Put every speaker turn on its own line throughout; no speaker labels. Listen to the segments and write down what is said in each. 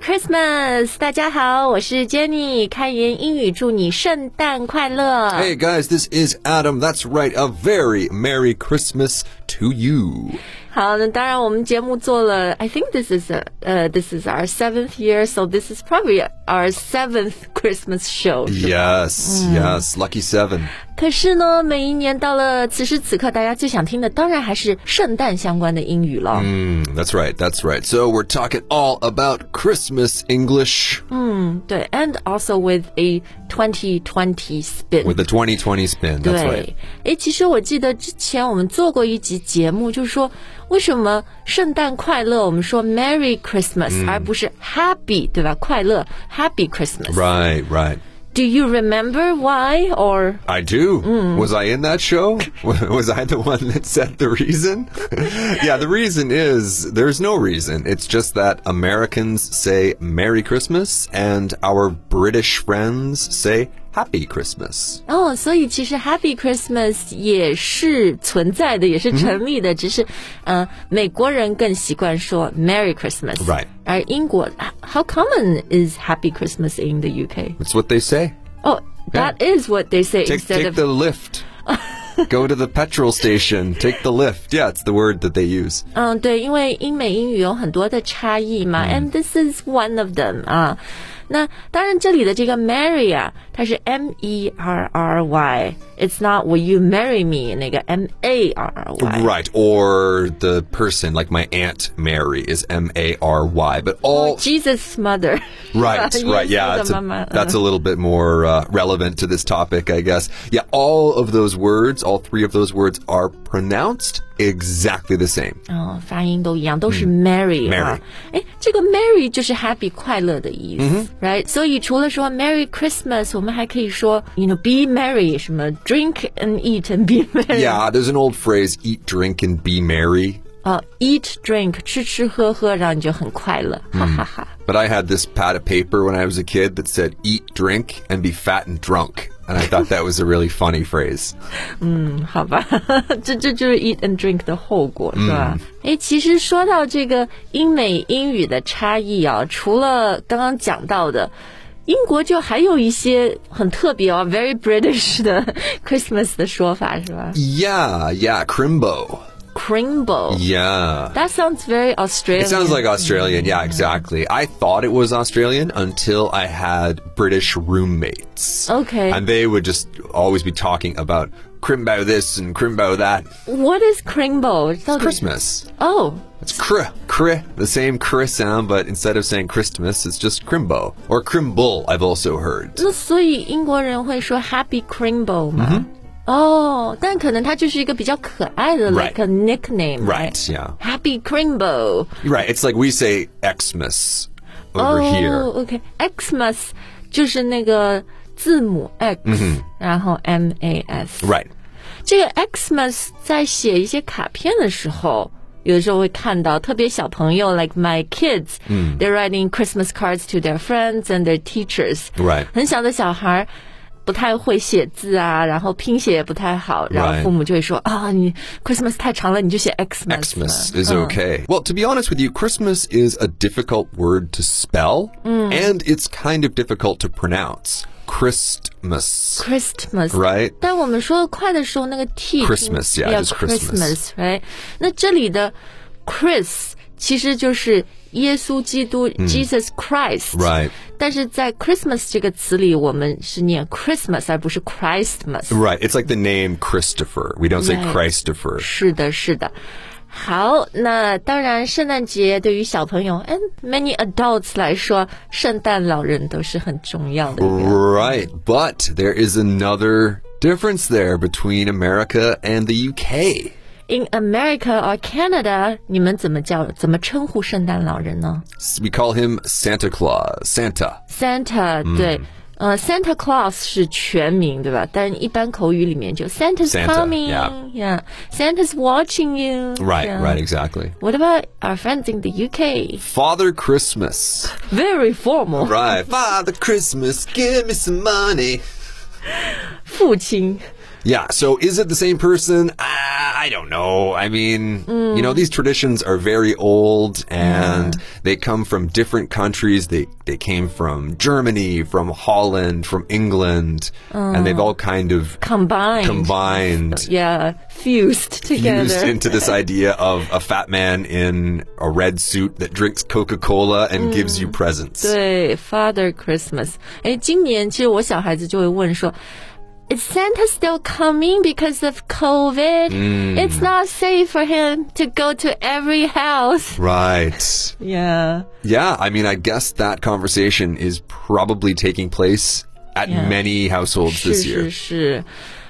Christmas！大家好，我是 Jenny，开言英语，祝你圣诞快乐。
Hey guys, this is Adam. That's right, a very Merry Christmas to you.
好，那当然，我们节目做了，I think this is a, 呃、this is our seventh year, so this is probably our seventh Christmas show. 是吧
Yes, yes, lucky seven.
可是呢，每一年到了此时此刻，大家最想听的当然还是圣诞相关的英语了。
Mm, that's right, that's right. So we're talking all about Christmas English
对，and also with a 2020 spin。
with the 2020 spin. That's
对
right.，
哎，其实我记得之前我们做过一集节目，就是说为什么圣诞快乐，我们说 Merry Christmas，、而不是 Happy，对吧？快乐 Happy Christmas。
Right, right.
Do you remember why or
I do. Was I in that show? Was I the one that said the reason? yeah, the reason is there's no reason. It's just that Americans say Merry Christmas and our British friends say Happy Christmas.
哦，所以其实 Happy Christmas 也是存在的，也是成立的，只是，呃，美国人更习惯说 Merry Christmas。
Right.
而英国，How common is Happy Christmas in the UK?
It's what they say.
Oh, that is what they say
Take,
instead
take
of
the lift. Go to the petrol station. Take the lift. Yeah, it's the word that they use.
嗯，对，因为英美英语有很多的差异嘛、a n d this is one of them 啊。那当然，这里的这个 marry 啊，它是 M E R R Y，it's not Will you marry me 那个 M A R R Y。
Right, or the person, like my Aunt Mary, is M A R Y. But all
Oh, Jesus mother，
Right,
Yes,
right, yeah,
the
it's a-
mama, uh.
that's a little bit more uh, relevant to this topic, I guess. Yeah, all of those words, all three of those words are pronounced exactly the same.
嗯，发音都一样，都是 Mary、啊。哎，这个 Mary 就是 Happy 快乐的意思、r i g h t 所以除了说 Merry Christmas，我们还可以说，you know, be merry，什么 drink and eat and be merry。
Yeah, there's an old phrase, eat, drink, and be merry.
呃、e a t drink 吃吃喝喝，然后你就很快乐，哈
嗯
哈哈。
But I had this pad of paper when I was a kid that said, eat, drink, and be fat and drunk. And I thought that was a really funny phrase.
嗯，好吧， 这这就是 eat and drink 的后果，是
嗯
吧？哎、其实说到这个英美英语的差异啊，除了刚刚讲到的。英国就还有一些很特别哦，very British 的 Christmas 的说法是吧
Yeah, yeah, crimbo.
？Crimbo，that
Yeah.
sounds very Australian。
嗯 It sounds like Australian. Yeah, exactly. I thought it was Australian until I had British roommates.
Okay.
And they would just always be talking about crimbo this and crimbo that.
What is crimbo？到底
Christmas.
哦，
It's cr, cr, the same cr sound, but instead of saying Christmas, it's just crimbo or crimble. I've also heard.
那所以英国人会说 Happy Crimbo
嗯
吗？哦、但可能它就是一个比较可爱的
Right.
like a nickname。
Right, yeah.
Happy Crimbo。
Right. It's like we say Xmas over
Oh.
here.
o k Xmas 就是那个字母 X，、然
嗯
后 M A S。
Right.
这个 Xmas 在写一些卡片的时候。有的时候会看到，特别小朋友，like my kids，嗯，they're
Mm.
writing Christmas cards to their friends and their teachers，
Right.
很小的小孩儿不太会写字啊，然后拼写也不太好，然后
Right.
父母就会说啊，你 Christmas 太长了，你就写 Xmas。
Xmas is okay. Well, to be honest with you, Christmas is a difficult word to spell,
Mm.
and it's kind of difficult to pronounce. Christmas,
Christmas。
right?
但我们说的快的时候，那个 T
Christmas, yeah,
yeah,
just Christmas
Christmas，right？那这里的 Chris 其实就是耶稣基督、Jesus Christ。
嗯 Right.
但是在 Christmas 这个词里，我们是念 Christmas 而不是 Christmas。
Right. It's like the name Christopher. We don't say
Right.
Christopher.
是的，是的。好，那当然，圣诞节对于小朋友 and many adults 来说，圣诞老人都是很重要的一个。
Right. But there is another difference there between America and the UK.
In America or Canada，你们怎么叫怎么称呼圣诞老人呢
S- We call him Santa Claus. Santa.
？Santa，、对，呃，Santa Claus 是全名对吧？但一般口语里面就 Santa's
Santa，
coming，yeah，Santa's watching you。
Right, right, exactly.
What about our friends in the UK?
Father Christmas.
Very formal，、
Right. Father Christmas, give me some money.
父亲。
Yeah, so is it the same person? I, I don't know. I mean, you know, these traditions are very old and they come from different countries. They they came from Germany, from Holland, from England, and they've all kind of
Combined.
combined
yeah, fused together.
fused into this idea of a fat man in a red suit that drinks Coca-Cola and gives you presents.
对，Father Christmas。哎，今年其实我小孩子就会问说。Is Santa still coming because of COVID?
Mm.
It's not safe for him to go to every house.
Right.
Yeah.
Yeah, I mean, I guess that conversation is probably taking place at
Yeah.
many households
是
this year.
是是。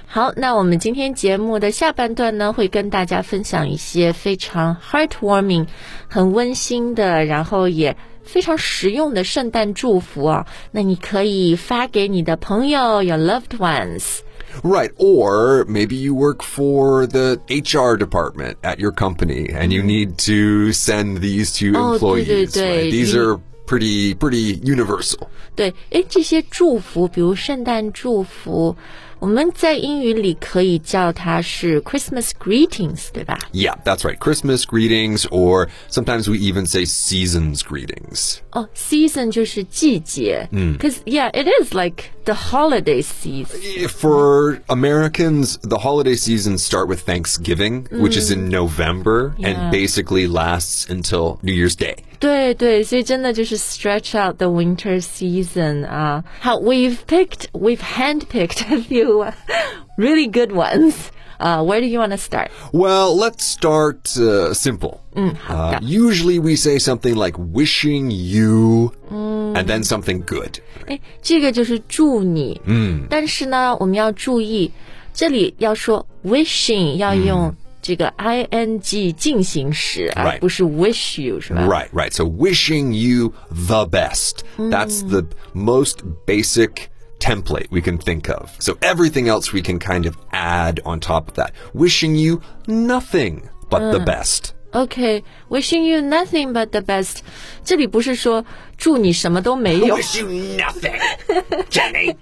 好，那我们今天节目的下半段呢，会跟大家分享一些非常 heartwarming、很温馨的，然后也非常实用的圣诞祝福啊。那你可以发给你的朋友，your loved ones。
Right. Or maybe you work for the HR department at your company and you need to send these to
Mm-hmm. Oh,
employees.
对，对，对，
right? These
you-
are pretty pretty universal.
对，诶，这些祝福，比如圣诞祝福，我们在英语里可以叫它是 Christmas greetings，对吧？
Yeah, that's right. Christmas greetings or sometimes we even say seasons greetings.
哦、s e a s o n 就是季节，嗯，cause yeah, it is like the holiday season，
For Americans, the holiday seasons start with Thanksgiving, which is in November
Yeah.
and basically lasts until New Year's Day.
对对，所以真的就是 stretch out the winter season 啊。好，we've picked, we've handpicked a few really good ones. 啊、w h e r e do you want to start?
Well, let's start uh, simple. Uh, usually we say something like wishing you and then something good.
哎，这个就是祝你。嗯，但是呢，我们要注意，这里要说 wishing 要
嗯
用这个 i n g 进行时，而
Right
不是 wish you 是吧？
Right, right. So wishing you the best. That's the most basic template we can think of. So everything else we can kind of add on top of that. Wishing you nothing but the best.
OK，wishing、you nothing but the best。这里不是说祝你什么都没 有，
Wish you nothing, Jenny.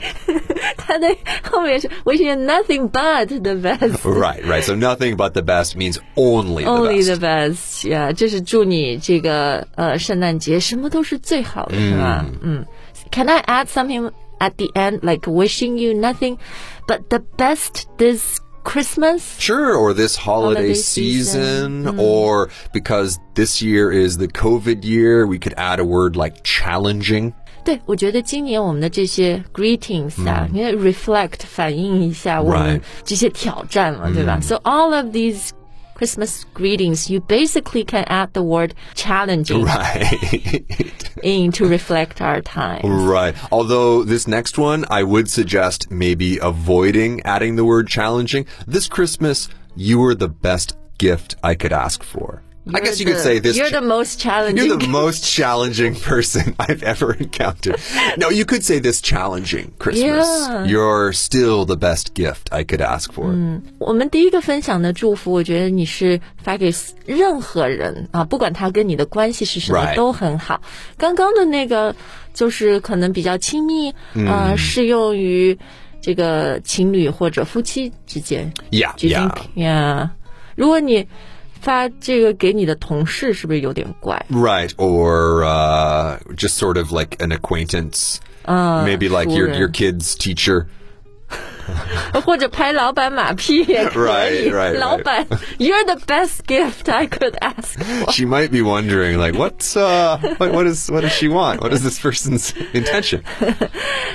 它的后面是 wishing you nothing but the best。
right, right. So nothing but the best means only the
Only
best.
the best，yeah，这是祝你这个呃圣诞节什么都是最好的，是吧？嗯，Can I add something at the end, like wishing you nothing but the best this Christmas?
Sure, or this holiday,
Holiday Hmm.
season, or because this year is the COVID year, we could add a word like challenging.
对，我觉得今年我们的这些 greetings 啊，因为 reflect 反映一下我们
Right
这些挑战嘛，对吧？So all of these Christmas greetings, you basically can add the word challenging
Right.
in to reflect our time.
right. Although this next one, I would suggest maybe avoiding adding the word challenging. This Christmas, you were the best gift I could ask for. I guess you
You're
could
the-
say this.
You're the most challenging.
You're the most challenging person I've ever encountered. No, you could say this challenging Christmas.
Yeah. Mm.
You're still the best gift I could ask for.
我们第一个分享的祝福，我觉得你是发给任何人啊，不管他跟你的关系是什么
Right
都很好。刚刚的那个就是可能比较亲密，
嗯
呃，适用于这个情侣或者夫妻之间。
Yeah,
Do you
yeah.
think? Yeah. 如果你发这个给你的同事，是不是有点 怪？
Right, or uh, just sort of like an acquaintance. Maybe like your,
Ah, sure.
your kid's teacher.
或者拍老板马屁也可以。
Right, right, right.
老板，You're the best gift I could ask.
She might be wondering, like, what's uh, what, what is what does she want? What is this person's intention?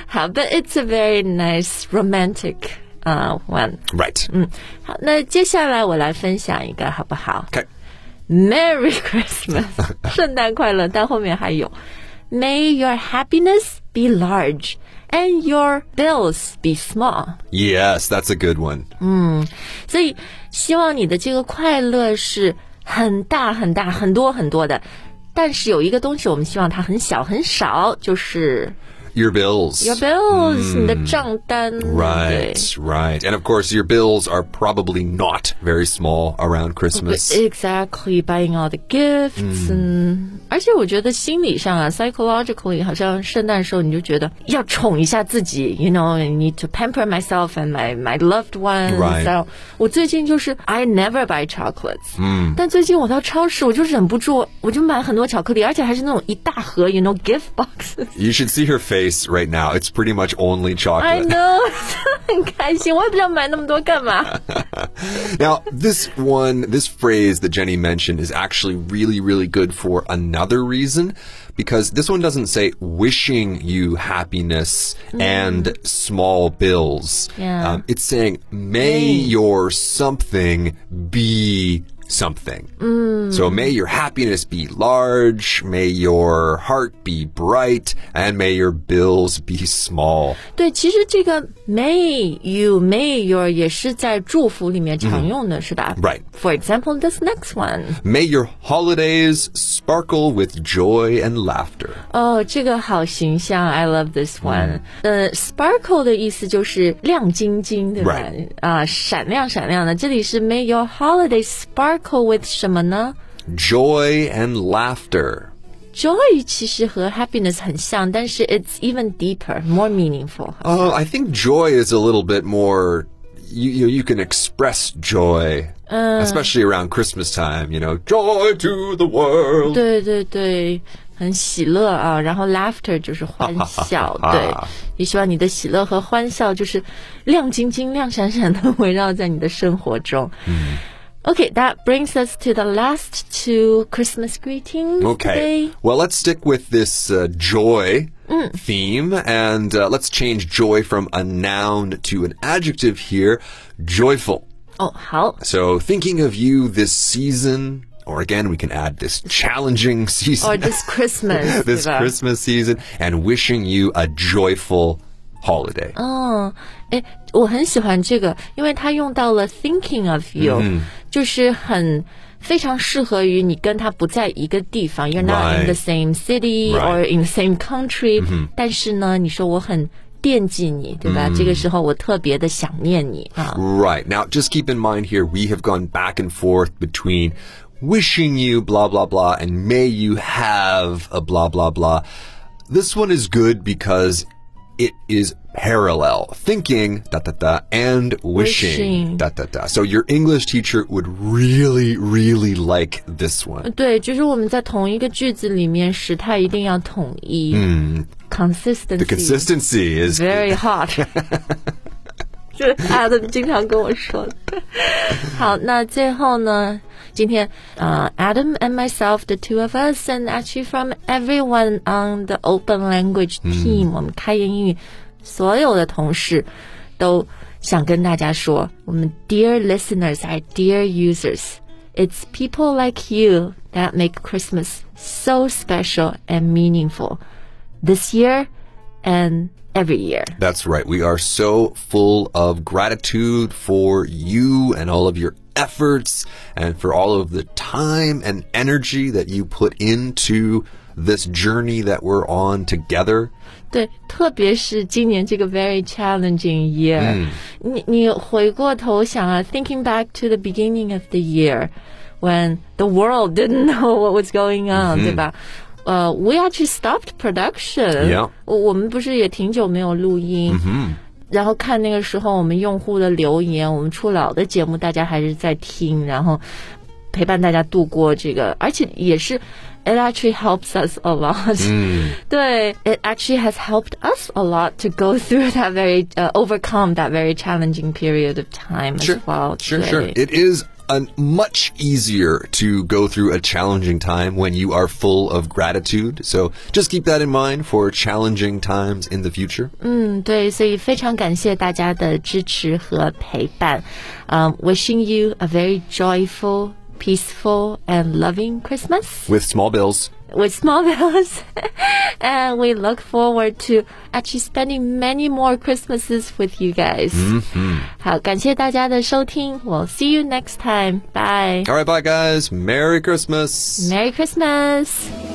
好，but it's a very nice romantic 啊、one。
Right.
Mm. 好，那接下来我来分享一个好不好
Okay.
？Merry Christmas，圣诞快乐。但后面还有，May your happiness be large and your bills be small。
Yes, that's a good one.
所以希望你的这个快乐是很大很大很多很多的。但是有一个东西，我们希望它很小很少，就是
Your bills.
Your bills, 你的账单。
Right, right. And of course, your bills are probably not very small around Christmas.
Exactly, buying all the gifts，嗯，而且我觉得心理上啊，psychologically，好像圣诞时候你就觉得要宠一下自己，you know，I need to pamper myself and my my loved ones。
Right.
然后我最近就是 I never buy chocolates，嗯，但最近我到超市，我就忍不住，我就买很多巧克力，而且还是那种一大盒，you know gift boxes。
You should see her face right now. It's pretty much only
I
chocolate.
know，很 开心，我也不知道买那么多干嘛。
Now, this one, this phrase that Jenny mentioned is actually really, really good for another reason because this one doesn't say wishing you happiness and small bills. Um,
Yeah.
it's saying may your something be something. So may your happiness be large, may your heart be bright, and may your bills be small.
对，其实这个 may you may your 也是在祝福里面常用的，是吧
嗯 Right.
For example, this next one.
May your holidays sparkle with joy and laughter.
哦，这个好形象，I love this one。呃，sparkle
嗯
的意思就是亮晶晶，对吧
Right.？
啊，闪亮闪亮的。这里是 may your holiday sparkle with 什么呢
Joy and laughter.
？Joy 其实和 happiness 很像，但是 it's even deeper, more meaningful。
Oh, I think joy is a little bit more. You you, you can express joy, especially around Christmas time. You know, joy to the world.
对对对，很喜乐啊，然后 laughter 就是欢 笑，对，也希望你的喜乐和欢笑就是亮晶晶、亮闪闪的围绕在你的生活中。Okay, that brings us to the last two Christmas greetings.
Okay.
today.
Well, let's stick with this uh, joy theme and uh, let's change joy from a noun to an adjective here. Joyful.
哦，好，
So, thinking of you this season, or again, we can add this challenging season,
or this Christmas，对
this
吧？
Christmas season, and wishing you a joyful holiday.
嗯，哎，我很喜欢这个，因为它用到了 thinking of you，、就是
嗯
很非常适合于你跟他不在一个地方，you're not in the
Right.
same city or
Right. 嗯
in the same country，、但是呢，你说我很惦记你，对
嗯
吧？这个时候我特别的想念你啊。
Right. Now, just keep in mind here, we have gone back and forth between wishing you blah, blah, blah, and may you have a blah, blah, blah. This one is good because it is parallel thinking, da, da, da, and wishing,
Wishing.
da, da, da. So your English teacher would really, really like this one.
对，就是我们在同一个句子里面，时态一定要统一。嗯
The consistency is
very hot 。这是他们经常跟我说的。好，那最后呢？今天呃、a d a m and myself, the two of us, and actually from everyone on the open language team，、我们开言英语所有的同事都想跟大家说，我们 dear listeners, our dear users, it's people like you that make Christmas so special and meaningful this year and every year.
That's right. We are so full of gratitude for you and all of your efforts and for all of the time and energy that you put into this journey that we're on together.
对，特别是今年这个 very challenging year，、你你回过头想啊，thinking back to the beginning of the year when the world didn't know what was going on，、对吧？呃、w e actually stopped production，、
Yeah
我我们不是也挺久没有录音。然后看那个时候我们用户的留言，我们出老的节目大家还是在听，然后陪伴大家度过这个，而且也是。It actually helps us a lot. 对，It actually has helped us a lot to go through that very, uh, overcome that very challenging period of time as well.
Sure,
对
sure. It is a much easier to go through a challenging time when you are full of gratitude. So just keep that in mind for challenging times in the future.
嗯，对，所以非常感谢大家的支持和陪伴。嗯、w i s h i n g you a very joyful, peaceful, and loving Christmas.
With small bills.
with small bills. and we look forward to actually spending many more Christmases with you guys. 好，感谢大家的收听。We'll see you next time. Bye.
All right, bye guys. Merry Christmas.
Merry Christmas.